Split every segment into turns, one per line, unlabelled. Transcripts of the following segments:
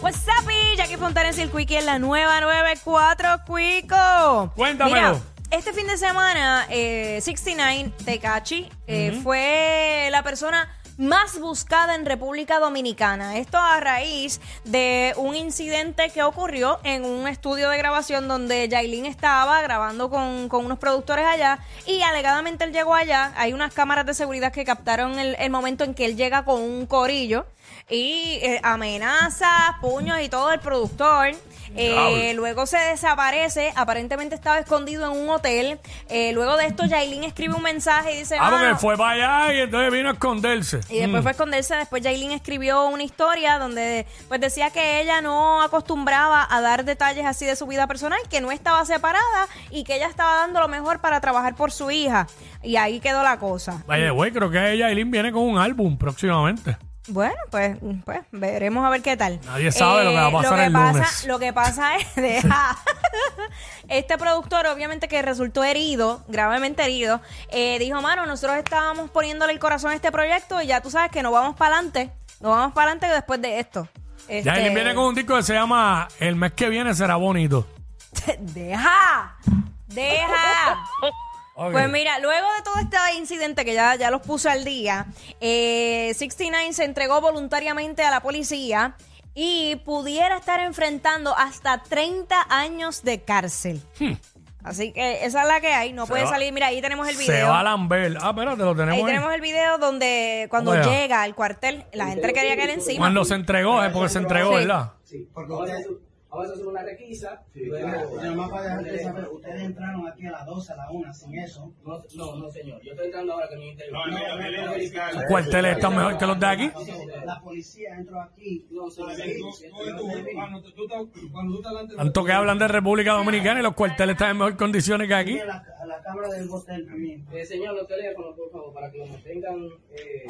What's up, y Jackie Fontanes y el Quickie en la nueva 94, Quico.
Cuéntamelo.
Mira, este fin de semana, eh, 69 Tecachi eh, fue la persona más buscada en República Dominicana. Esto a raíz de un incidente que ocurrió en un estudio de grabación donde Yailin estaba grabando con, con unos productores allá y alegadamente él llegó allá. Hay unas cámaras de seguridad que captaron el, el momento en que él llega con un corillo y eh, amenazas, puños y todo el productor. Eh, luego se desaparece, aparentemente estaba escondido en un hotel. Eh, luego de esto, Yailin escribe un mensaje y dice:
Ah, porque
"Mano,
fue Mm. para allá y entonces vino a esconderse.
y después fue a esconderse. Después Jailin escribió una historia donde pues decía que ella no acostumbraba a dar detalles así de su vida personal, que no estaba separada y que ella estaba dando lo mejor para trabajar por su hija. Y ahí quedó la cosa.
Vaya, güey, creo que ella, Aileen, viene con un álbum próximamente.
Bueno, pues, pues veremos a ver qué tal. Eh,
Nadie sabe lo que va a pasar
que
el
pasa-
lunes.
Lo que pasa es, deja. este productor, obviamente que resultó herido, gravemente herido, eh, dijo, mano, nosotros estábamos poniéndole el corazón a este proyecto y ya tú sabes que no vamos para adelante, no vamos para adelante después de esto. Este,
Yailin viene con un disco que se llama El mes que viene será bonito.
Deja, deja.
Ok.
Pues mira, luego de todo este incidente que ya, ya los puse al día, eh, 69 se entregó voluntariamente a la policía y pudiera estar enfrentando hasta 30 años de cárcel. Así que esa es la que hay, no puede
Hmm. va-
salir. Mira, ahí tenemos el
Se va a
video.
lamber. Ah, espérate, lo tenemos
Ahí
ahí.
tenemos el video donde cuando
Vamos allá.
llega al cuartel, la gente le quería caer encima.
Cuando se entregó, es porque se entregó,
Sí.
¿verdad?
Sí, porque ustedes,
Vamos a hacer una requisa.
Pero
luego-
nada más para dejarte saber, ustedes entraron aquí a las 12, a la 1, sin eso.
No, no, no, señor. Yo estoy entrando ahora que mi interior.
No, no, no, no, no, no,
Los cuarteles están mejor que los de aquí.
La policía entró aquí.
No, señor.
Tanto que hablan de República Dominicana y los cuarteles están en mejor condiciones que aquí.
Mira la, a la cámara del hotel también.
Eh, señor, los teléfonos, por favor, para que lo mantengan. Eh,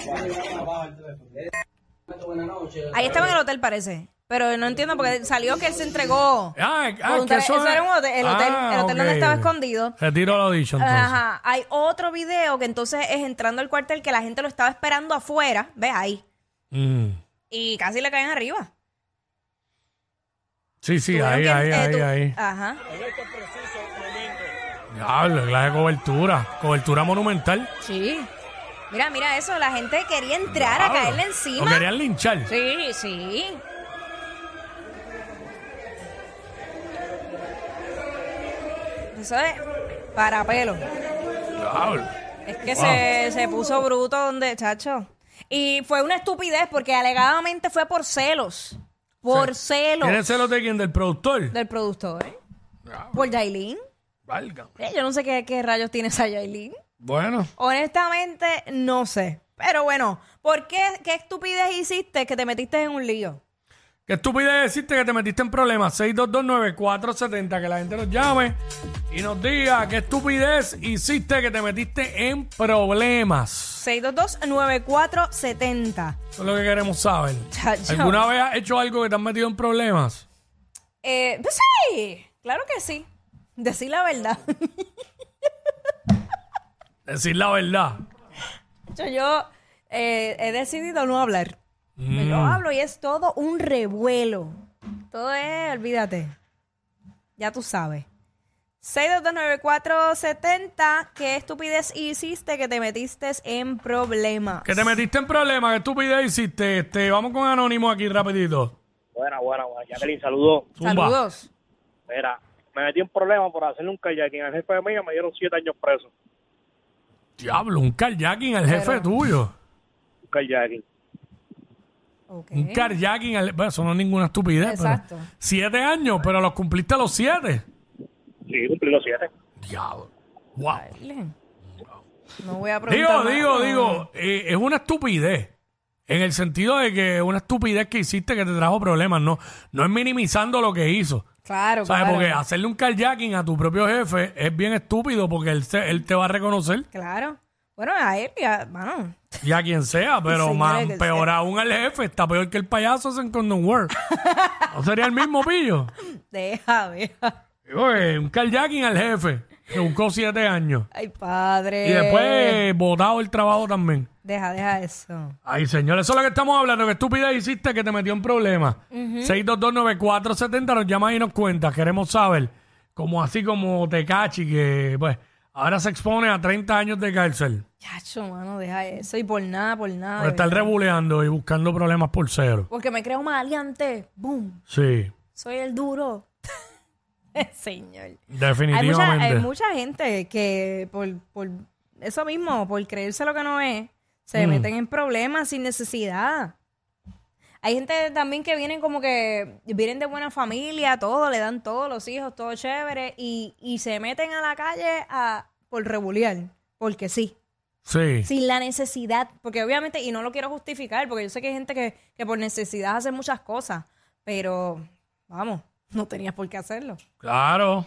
Abajo el teléfono.
buenas noches.
Ahí estaba en el hotel, parece. Pero no entiendo porque salió que él se entregó.
Ah, ah,
Voluntario-
que eso
eso
es-
era un hotel- el hotel- el hotel donde
ok.
estaba escondido.
Retiro lo dicho, entonces.
Ajá, hay otro video que entonces es entrando al cuartel que la gente lo estaba esperando afuera, ve ahí,
Mm.
y casi le caen arriba.
Sí, sí,
Tuvieron
ahí,
que-
ahí,
eh,
ahí,
tu-
ahí.
Ajá.
Diablo, la de cobertura. Cobertura monumental.
Sí. Mira, mira eso, la gente quería entrar a
Diablo.
caerle
Lo
encima.
querían linchar.
Sí, sí. Eso es para pelo.
Diablo.
Es que se, se puso bruto donde, chacho. Y fue una estupidez porque alegadamente fue por celos. Por celos.
¿Tiene celos de quién? ¿Del productor?
del productor. Por Yailin.
Válgame.
Eh, Yo no sé qué, qué rayos tiene esa Yailin.
Bueno.
Honestamente, no sé. Pero bueno, ¿por qué, qué estupidez hiciste que te metiste en un lío?
Qué estupidez decirte que te metiste en problemas. 6229470, que la gente nos llame y nos diga qué estupidez hiciste que te metiste en problemas.
622-9470.
Eso es lo que queremos saber.
Chacho.
¿Alguna vez has hecho algo que te has metido en problemas?
Eh, pues sí, claro que sí. Decir la verdad.
Decir la verdad.
Yo, yo eh, he decidido no hablar.
Mm.
Yo hablo y es todo un revuelo. Todo es, olvídate. Ya tú sabes. 6229470, ¿qué estupidez hiciste que te metiste en problemas?
Que te metiste en problemas, qué estupidez hiciste. Este, vamos con Anónimo aquí rapidito.
Buena, buena, buena. Jacqueline, saludos.
Zumba.
Saludos.
Mira, me metí en problema por hacerle un kayaking al jefe mío, me dieron siete años preso.
Diablo, un carjacking al jefe
Pero-
tuyo.
Un kayaking.
Ok.
Un carjacking al... Bueno, eso no es ninguna estupidez. pero-
Exacto.
siete años, pero los cumpliste a los siete.
Sí, cumplí los siete.
Diablo. Wow.
No voy a preguntar.
Digo,
más.
digo, digo, eh, es una estupidez. En el sentido de que es una estupidez que hiciste que te trajo problemas, no, no es minimizando lo que hizo.
Claro,
¿Sabes?
claro.
Porque hacerle un carjacking a tu propio jefe es bien estúpido porque él, se- él te va a reconocer
Claro. Bueno, a él, ya, bueno.
y a quien sea, pero
Sí,
más,
claro que
peor aún al jefe, está peor que el payaso en Condom World. ¿No sería el mismo pillo?
Deja, deja.
Digo, eh, un carjacking al jefe, que buscó siete años.
Ay, padre.
Y después eh, botado el trabajo también.
Deja, deja eso.
Ay, señor, eso es lo que estamos hablando. Que estúpida hiciste que te metió en problemas. 6229470 nos llama y nos cuenta. Queremos saber, como así como Tecachi, que pues ahora se expone a 30 años de cárcel
Chacho, mano, deja eso. Y por nada, por nada.
por
de
estar
verdad.
rebuleando y buscando problemas por cero.
Porque me creo maleante. Boom.
Sí,
Soy el duro. Señor. Hay
definitivamente.
mucha, hay mucha gente que por, por eso mismo, por creerse lo que no es, se meten en problemas sin necesidad. Hay gente también que vienen como que vienen de buena familia, todo, le dan todos los hijos, todo chévere, y, y se meten a la calle a, por rebuliar, porque sí,
Sí.
sin la necesidad, porque obviamente, y no lo quiero justificar, porque yo sé que hay gente que, que por necesidad hace muchas cosas, pero vamos, no tenías por qué hacerlo.
claro.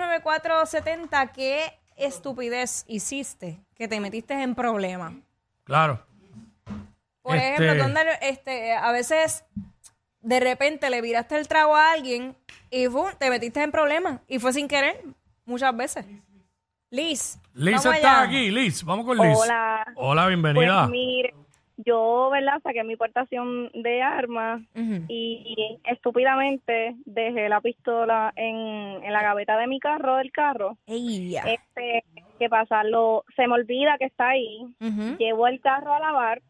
6229470, ¿qué estupidez hiciste que te metiste en problemas?
Claro.
Por
Este-
ejemplo, donde este, a veces de repente le viraste el trago a alguien y ¡fum! te metiste en problemas y fue sin querer muchas veces. Liz.
Liz
vamos
está
allá.
aquí. Liz, vamos con Liz.
Hola.
Hola, bienvenida.
Pues mire, yo, ¿verdad? Saqué mi portación de armas
Ujú.
y estúpidamente dejé la pistola en, en la gaveta de mi carro, del carro.
Ey, ya.
Este, que pasa? Lo, se me olvida que está ahí.
Ujú.
Llevo el carro a lavar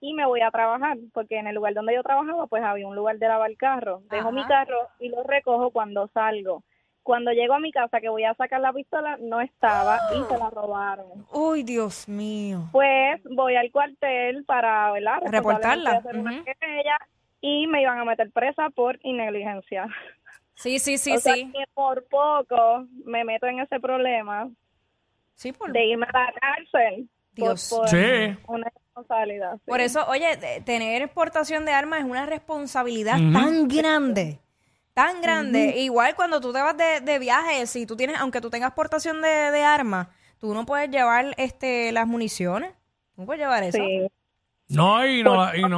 y me voy a trabajar, porque en el lugar donde yo trabajaba, pues había un lugar de lavar carro. Dejo
Ajá.
mi carro y lo recojo cuando salgo. Cuando llego a mi casa que voy a sacar la pistola, no estaba y se la robaron.
Uy, Dios mío.
Pues voy al cuartel para, ¿verdad?
Reportarla,
Responsablemente hacer una
ujú.
querella y me iban a meter presa por negligencia.
Sí, sí, sí,
o sea,
sí.
que por poco me meto en ese problema
Sí, por,
de irme a la cárcel por-
Dios.
por,
Sí.
una responsabilidad. sí.
Por eso, oye, de- tener exportación de armas es una responsabilidad
Ujú.
tan grande, tan grande. Igual cuando tú te vas de, de viaje, si tú tienes, aunque tú tengas exportación de, de armas, tú no puedes llevar este las municiones. Tú No puedes llevar eso.
Sí.
No, y no,
pues,
y no,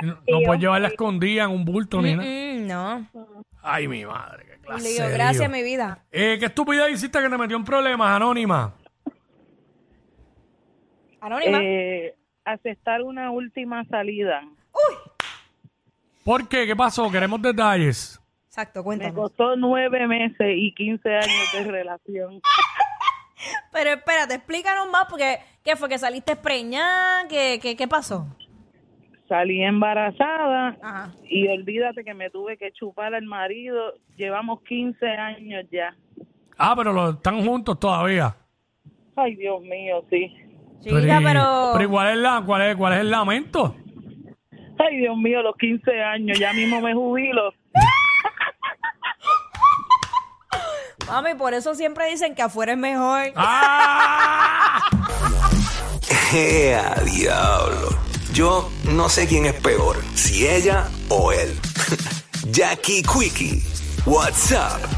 y no, no puedes llevarla escondida en un bulto ni nada.
Mm, no.
Ay, mi madre, qué clase.
Le digo,
de
gracias,
lío.
mi vida.
Eh, ¿Qué estupidez hiciste que te metió en problemas, Anónima?
Anónima.
Eh,
aceptar una última salida.
¿Por qué? ¿Qué pasó? Queremos detalles.
Exacto,
Me
cuéntanos.
costó nueve meses y quince años de relación.
Pero espérate, explícanos más porque ¿qué fue? ¿Que saliste preñada? ¿Qué, qué, qué pasó?
Salí embarazada
Ajá.
y olvídate que me tuve que chupar al marido. Llevamos 15 años ya.
Ah, pero lo, están juntos todavía.
Ay, Dios mío, sí.
Chica,
y-
pero...
pero ¿y cuál es, la, cuál, es, ¿cuál es el lamento?
Ay, Dios mío, los 15 años. Ya mismo me jubilo.
Mami, por eso siempre dicen que afuera es mejor.
¡Ah!
¡Ea, diablo! Yo no sé quién es peor, si ella o él. Jackie Quickie, what's up?